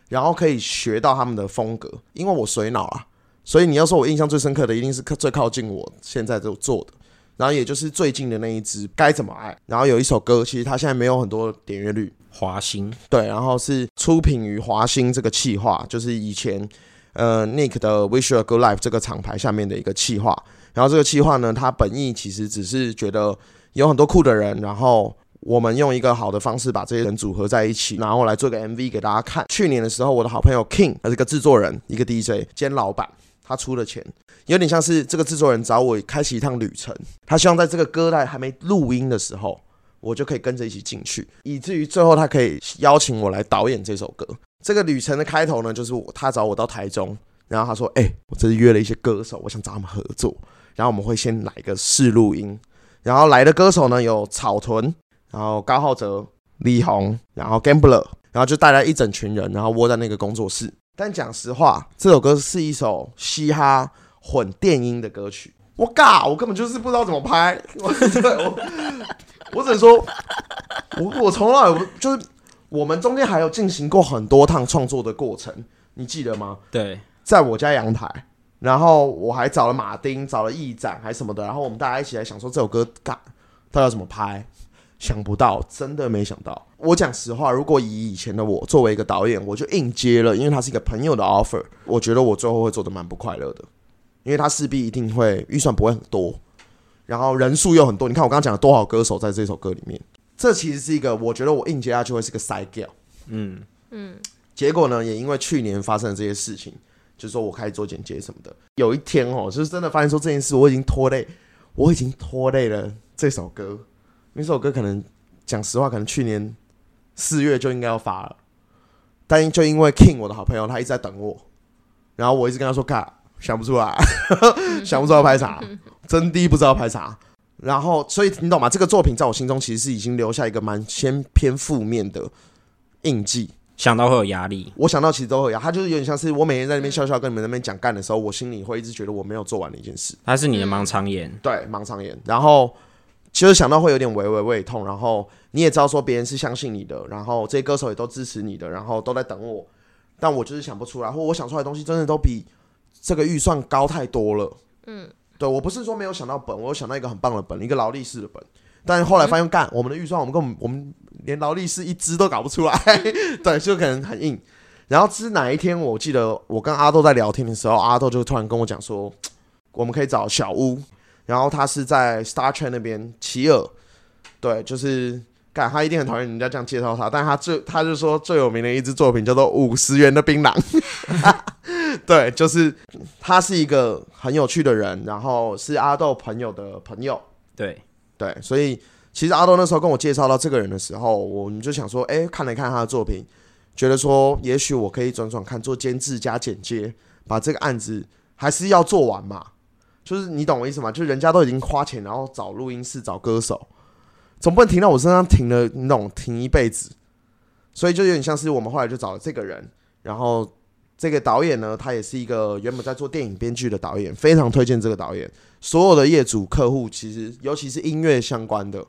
S1: 然后可以学到他们的风格，因为我水脑啊，所以你要说我印象最深刻的，一定是靠最靠近我现在就做的。然后也就是最近的那一支《该怎么爱》，然后有一首歌，其实它现在没有很多点阅率，
S2: 华兴
S1: 对，然后是出品于华星这个企划，就是以前呃 Nick 的 Wish You a Good Life 这个厂牌下面的一个企划。然后这个企划呢，它本意其实只是觉得有很多酷的人，然后我们用一个好的方式把这些人组合在一起，然后来做个 MV 给大家看。去年的时候，我的好朋友 King，他是个制作人，一个 DJ 兼老板。他出了钱，有点像是这个制作人找我开启一趟旅程。他希望在这个歌在还没录音的时候，我就可以跟着一起进去，以至于最后他可以邀请我来导演这首歌。这个旅程的开头呢，就是我他找我到台中，然后他说：“哎、我这次约了一些歌手，我想找他们合作。”然后我们会先来个试录音，然后来的歌手呢有草屯，然后高浩哲、李红，然后 Gambler，然后就带来一整群人，然后窝在那个工作室。但讲实话，这首歌是一首嘻哈混电音的歌曲。我尬，我根本就是不知道怎么拍， [laughs] 我对我我只能说，我我从来我就是我们中间还有进行过很多趟创作的过程，你记得吗？
S2: 对，
S1: 在我家阳台，然后我还找了马丁，找了议长还什么的，然后我们大家一起来想说这首歌干到底要怎么拍，想不到，真的没想到。我讲实话，如果以以前的我作为一个导演，我就硬接了，因为他是一个朋友的 offer，我觉得我最后会做的蛮不快乐的，因为他势必一定会预算不会很多，然后人数又很多。你看我刚刚讲了多少歌手在这首歌里面，这其实是一个我觉得我硬接下去会是个塞 g
S2: 嗯，
S1: 结果呢，也因为去年发生的这些事情，就是说我开始做剪接什么的。有一天哦，就是真的发现说这件事，我已经拖累，我已经拖累了这首歌。因为这首歌可能讲实话，可能去年四月就应该要发了，但就因为 King 我的好朋友，他一直在等我，然后我一直跟他说：“嘎，想不出来， [laughs] 想不出来要拍啥，真的不知道拍啥。”然后，所以你懂吗？这个作品在我心中其实是已经留下一个蛮先偏负面的印记。
S2: 想到会有压力，
S1: 我想到其实都会有，他就是有点像是我每天在那边笑笑跟你们那边讲干的时候，我心里会一直觉得我没有做完的一件事，
S2: 它是你的盲肠炎，
S1: 对，盲肠炎。然后其实想到会有点微微胃痛，然后你也知道说别人是相信你的，然后这些歌手也都支持你的，然后都在等我，但我就是想不出来，或我想出来的东西真的都比这个预算高太多了。
S3: 嗯，
S1: 对我不是说没有想到本，我有想到一个很棒的本，一个劳力士的本，但后来发现嗯干我们的预算，我们根本我们连劳力士一支都搞不出来， [laughs] 对，就可能很硬。然后是哪一天，我记得我跟阿豆在聊天的时候，阿豆就突然跟我讲说，我们可以找小屋，然后他是在 Star Train 那边，奇尔，对，就是。干他一定很讨厌人家这样介绍他，但他最他就说最有名的一支作品叫做《五十元的槟榔》， [laughs] 对，就是他是一个很有趣的人，然后是阿豆朋友的朋友，
S2: 对，
S1: 对，所以其实阿豆那时候跟我介绍到这个人的时候，我们就想说，哎，看了看他的作品，觉得说也许我可以转转看做监制加剪接，把这个案子还是要做完嘛，就是你懂我意思吗？就是人家都已经花钱，然后找录音室找歌手，总不能停到我身上停了，你懂，停一辈子，所以就有点像是我们后来就找了这个人，然后。这个导演呢，他也是一个原本在做电影编剧的导演，非常推荐这个导演。所有的业主、客户，其实尤其是音乐相关的，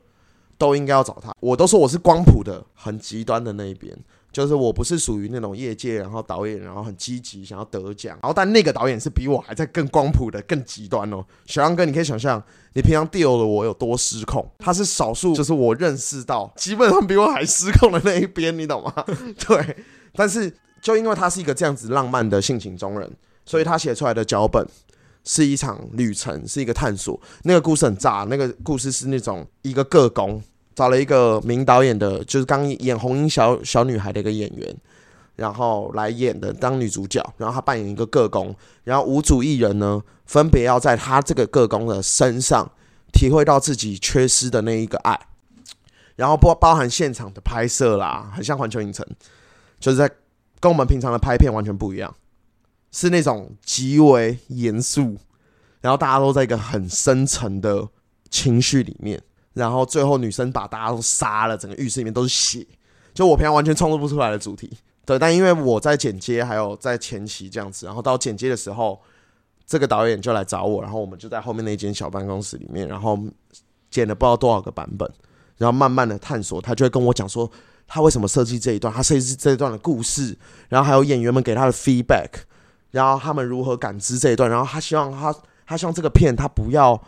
S1: 都应该要找他。我都说我是光谱的，很极端的那一边，就是我不是属于那种业界，然后导演，然后很积极想要得奖，然后但那个导演是比我还在更光谱的、更极端哦。小杨哥，你可以想象你平常 deal 的我有多失控，他是少数，就是我认识到基本上比我还失控的那一边，你懂吗？ [laughs] 对，但是就因为他是一个这样子浪漫的性情中人，所以他写出来的脚本。是一场旅程，是一个探索。那个故事很炸，那个故事是那种一个个工找了一个名导演的，就是刚演红衣小小女孩的一个演员，然后来演的当女主角，然后她扮演一个个工，然后五组艺人呢，分别要在她这个个工的身上体会到自己缺失的那一个爱，然后包包含现场的拍摄啦，很像环球影城，就是在跟我们平常的拍片完全不一样。是那种极为严肃，然后大家都在一个很深沉的情绪里面，然后最后女生把大家都杀了，整个浴室里面都是血，就我平常完全创作不出来的主题。对，但因为我在剪接，还有在前期这样子，然后到剪接的时候，这个导演就来找我，然后我们就在后面那间小办公室里面，然后剪了不知道多少个版本，然后慢慢的探索，他就会跟我讲说他为什么设计这一段，他设计这一段的故事，然后还有演员们给他的 feedback，然后他们如何感知这一段，然后他希望他他希望这个片他不要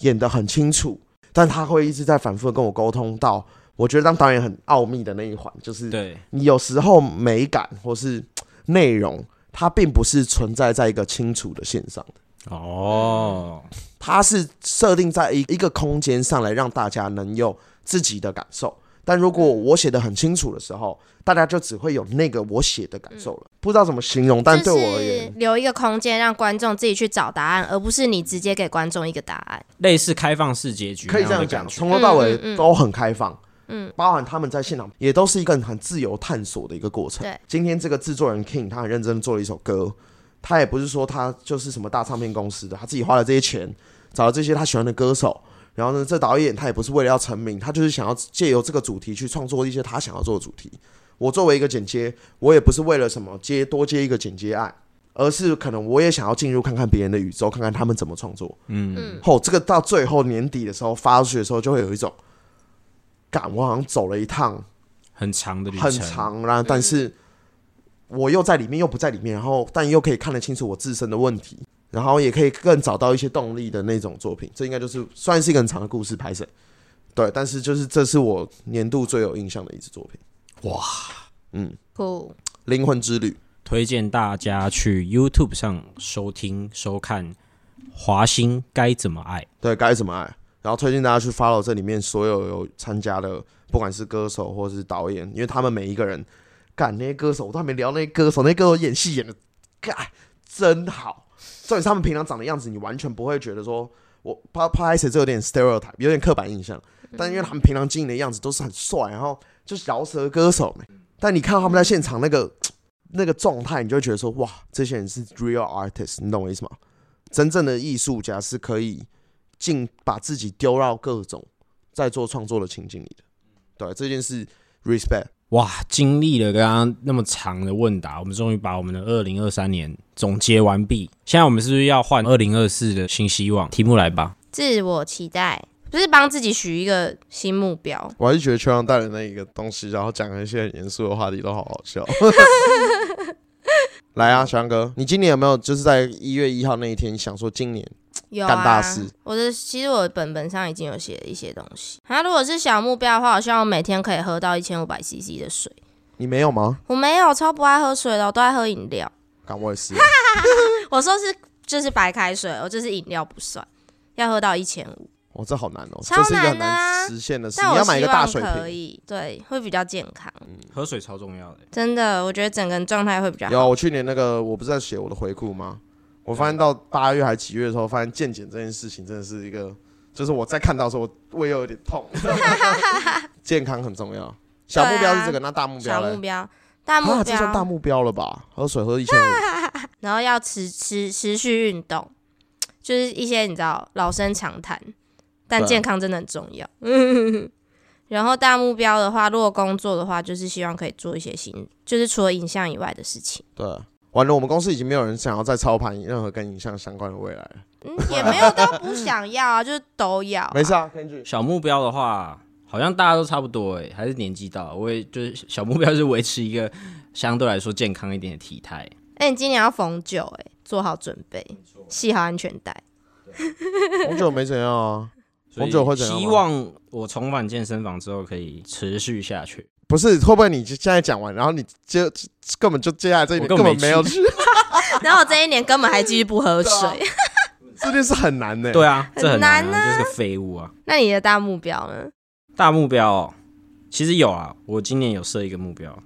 S1: 演得很清楚，但他会一直在反复的跟我沟通到，我觉得当导演很奥秘的那一环，就是
S2: 对，
S1: 你有时候美感或是内容，它并不是存在在一个清楚的线上。
S2: 哦，
S1: 它是设定在一一个空间上来让大家能有自己的感受。但如果我写的很清楚的时候，大家就只会有那个我写的感受了，不知道怎么形容。但对我而
S3: 就
S1: 言，
S3: 是留一个空间让观众自己去找答案，而不是你直接给观众一个答案。
S2: 类似开放式结局
S1: 可以这
S2: 那
S1: 样
S2: 的
S1: 讲，
S2: 感觉，
S1: 从头到
S3: 嗯嗯
S1: 尾
S3: 嗯
S1: 都很开放。
S3: 嗯，
S1: 包含他们在现场也都是一个很自由探索的一个过程。
S3: 对，
S1: 今天这个制作人 King 他很认真地做了一首歌，他也不是说他就是什么大唱片公司的，他自己花了这些钱，找了这些他喜欢的歌手。然后呢，这导演他也不是为了要成名，他就是想要借由这个主题去创作一些他想要做的主题。我作为一个剪接，我也不是为了什么接多接一个剪接案，而是可能我也想要进入看看别人的宇宙，看看他们怎么创作。
S3: 嗯，
S1: 后这个到最后年底的时候发出去的时候，就会有一种，感我好像走了一趟
S2: 很长的旅程，
S1: 很长啦，但是我又在里面，又不在里面，然后但又可以看得清楚我自身的问题，然后也可以更找到一些动力的那种作品。这应该就是算是一个很长的故事拍摄，对，但是就是这是我年度最有印象的一支作品，
S3: 酷，
S1: 《灵魂之旅》。
S2: 推荐大家去 YouTube 上收听收看《华星该怎么爱》。
S1: 对该怎么爱，然后推荐大家去 follow 这里面所有有参加的，不管是歌手或是导演，因为他们每一个人，干那些歌手，我都还没聊那些歌手，那些歌手演戏演的，干真好。重点是他们平常长的样子，你完全不会觉得说我拍拍谁这有点 stereotype，有点刻板印象。但因为他们平常经营的样子都是很帅，然后就是饶舌歌手嘛。但你看到他们在现场那个那个状态，你就会觉得说哇，这些人是 real artist，你懂我意思吗？真正的艺术家是可以尽把自己丢到各种在做创作的情境里的。对啊这件事，respect。
S2: 哇，经历了刚刚那么长的问答，我们终于把我们的二零二三年总结完毕。现在我们是不是要换二零二四的新希望？题目来吧。
S3: 自我期待，就是帮自己许一个新目标。
S1: 我还是觉得邱阳带的那一个东西，然后讲一些很严肃的话题都好好笑。来啊，小杨哥，你今年有没有就是在一月一号那一天想说今年
S3: 有
S1: 干
S3: 啊，
S1: 大事
S3: 我的其实我的本本上已经有写一些东西。啊，如果是小目标的话，我希望我每天可以喝到一千五百 CC 的水。
S1: 你没有吗？
S3: 我没有，超不爱喝水的，我都爱喝饮料。
S1: 干我也是，
S3: 我说是就是白开水，我就是饮料不算，要喝到一千五。
S1: 哦，这好难哦，
S3: 超
S1: 这是一
S3: 难
S1: 个很
S3: 的啊
S1: 难实现的事。
S3: 但
S1: 你
S3: 我
S1: 要买一
S3: 希
S1: 个大
S3: 望
S1: 水
S3: 可
S1: 瓶。
S3: 以，对，会比较健康。
S2: 喝水超重要的、
S3: 真的，我觉得整个人状态会比较
S1: 有
S3: 好。
S1: 啊，我去年那个我不是在写我的回顾吗？我发现到八月还几月的时候，发现健检这件事情真的是一个，就是我在看到的时候，我胃又有点
S3: [laughs]
S1: 痛。健康很重要，小目标是这个，那大目标
S3: 小目
S1: 嘞？
S3: 标，大目
S1: 啊，这算大
S3: 标，
S1: 目标了吧？喝水喝
S3: [laughs]
S1: 一千五，
S3: 然后要持持持续运动，就是一些你知道老生常谈，但
S1: 对啊
S3: 健康真的很重要。 [laughs] 然后大目标的话，如果工作的话，就是希望可以做一些新，就是除了影像以外的事情。
S1: 对。完了，我们公司已经没有人想要再操盘任何跟影像相关的未来了。 [laughs]
S3: 嗯，也没有到不想要啊，就是都要啊、
S1: 没事啊
S3: [laughs]
S1: ，Kenji，
S2: 小目标的话，好像大家都差不多哎、还是年纪到了，我也就是小目标是维持一个相对来说健康一点的体态。
S3: 哎、你今年要逢九哎、做好准备，系好安全带。
S1: 红酒没怎样啊。
S2: 所以
S1: 红酒会怎样吗
S2: 希望我重返健身房之后可以持续下去。
S1: 不是，会不会你现在讲完，然后你接根本就接下来这一点
S2: 我根
S1: 根
S2: 本
S1: 本没有去， [laughs]
S3: 然后我这一年根本还继续不喝
S1: 对啊
S3: 水。
S1: 这件事很难呢、
S2: 对啊，这很难
S3: 很
S2: 啊，就是个废物啊。
S3: [laughs] 那你的大目标呢？
S2: 大目标、哦、其实有啊，我今年有设一个目标，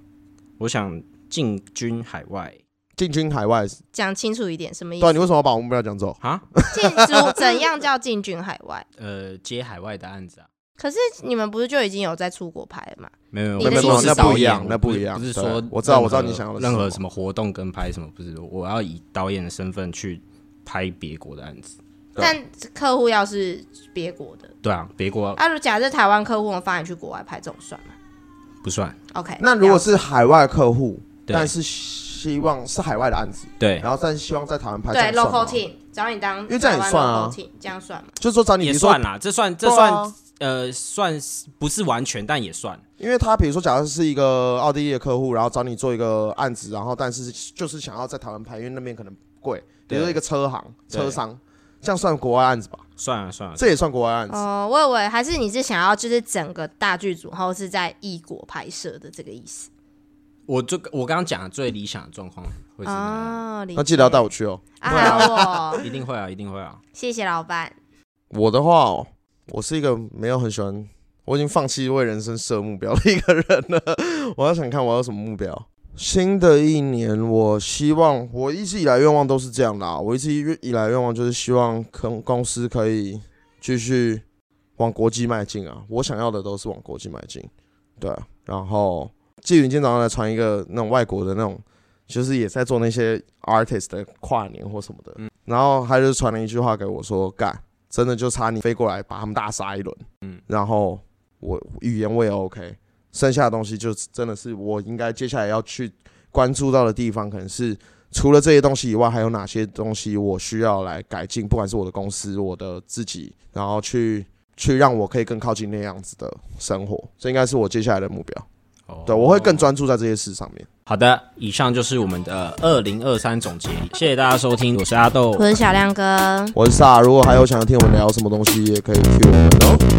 S2: 我想进军海外
S1: 进军海外，
S3: 讲清楚一点，什么意
S1: 对啊，你
S3: 思？
S1: 为什么要把我们目标讲走？
S2: 啊，
S3: 进
S1: [laughs]
S3: 足怎样叫进军海外？
S2: 呃，接海外的案子啊。
S3: 可是你们不是就已经有在出国拍了吗？
S2: 没有，
S3: 你的
S2: 我说
S3: 意思
S2: 是
S3: 那不
S2: 导
S1: 一样
S2: 演
S1: 那
S2: 啊我不
S1: 不一样
S2: 不是
S1: 对
S2: 说
S1: 我知道
S2: 任
S1: 我知道
S2: 何
S1: 你想要的是
S2: 任
S1: 什
S2: 何
S1: 么
S2: 什么活动跟拍什么，不是，我要以导演的身份去拍别国的案子。
S1: 对啊
S3: 但客户要是别国的，
S2: 对啊，别
S1: 哦
S2: 国
S3: 啊，如假设台湾客户我们发你去国外拍，这种算吗
S2: 不算，
S3: ？OK 了解。
S1: 那如果是海外客户，
S2: 对
S1: 但是希望是海外的案子，
S2: 对，
S1: 然后但是希望在台湾拍，
S3: 对
S1: 这样
S3: local
S1: 算吗
S3: team 找你当，因
S1: 为这样也算啊
S3: local team 这样算吗？
S1: 就是说找你
S2: 也
S1: 比如说
S2: 算啦，这算这
S1: 对啊
S2: 算呃算是不是完全，但也算。
S1: 因为他比如说，假设是一个奥地利的客户，然后找你做一个案子，然后但是就是想要在台湾拍，因为那边可能贵，比
S2: 对
S1: 如说一个车行、
S2: 对
S1: 车商，这样算国外案子吧？
S2: 算啊了算了，
S1: 这也算国外案子。
S3: 哦，我以为还是你是想要就是整个大剧组，然后是在异国拍摄的这个意思
S2: 我就我刚刚讲的最理想的状况会是那
S3: 哦。理
S1: 那记得要
S3: 解
S1: 带我去哦。
S3: 啊，还有我
S2: 样，一定会啊，一定会啊。
S3: 谢谢老板。
S1: 我的话、哦，我是一个没有很喜欢，我已经放弃为人生设目标的一个人了。 [laughs] 我要想看我有什么目标。新的一年，我希望我一直以来愿望都是这样的、啊。我一直以来愿望就是希望公公司可以继续往国际迈进啊。我想要的都是往国际迈进，对啊、然后季云今天早上来传一个那种外国的那种，就是也在做那些 artist 的跨年或什么的。然后他就传了一句话给我说：“干，真的就差你飞过来把他们大杀一轮。嗯
S2: 嗯，
S1: 然后我语言我也 OK，剩下的东西就真的是我应该接下来要去关注到的地方，可能是除了这些东西以外，还有哪些东西我需要来改进，不管是我的公司、我的自己，然后去。去让我可以更靠近那样子的生活，这应该是我接下来的目标。
S2: 哦
S1: 对我会更专注在这些事上面。
S2: 好的。以上就是我们的二零二三总结，谢谢大家收听，我是阿豆
S3: 我，是小亮哥，
S1: 我是萨，如果还有想要听我们聊什么东西，也可以 Q 我们哦。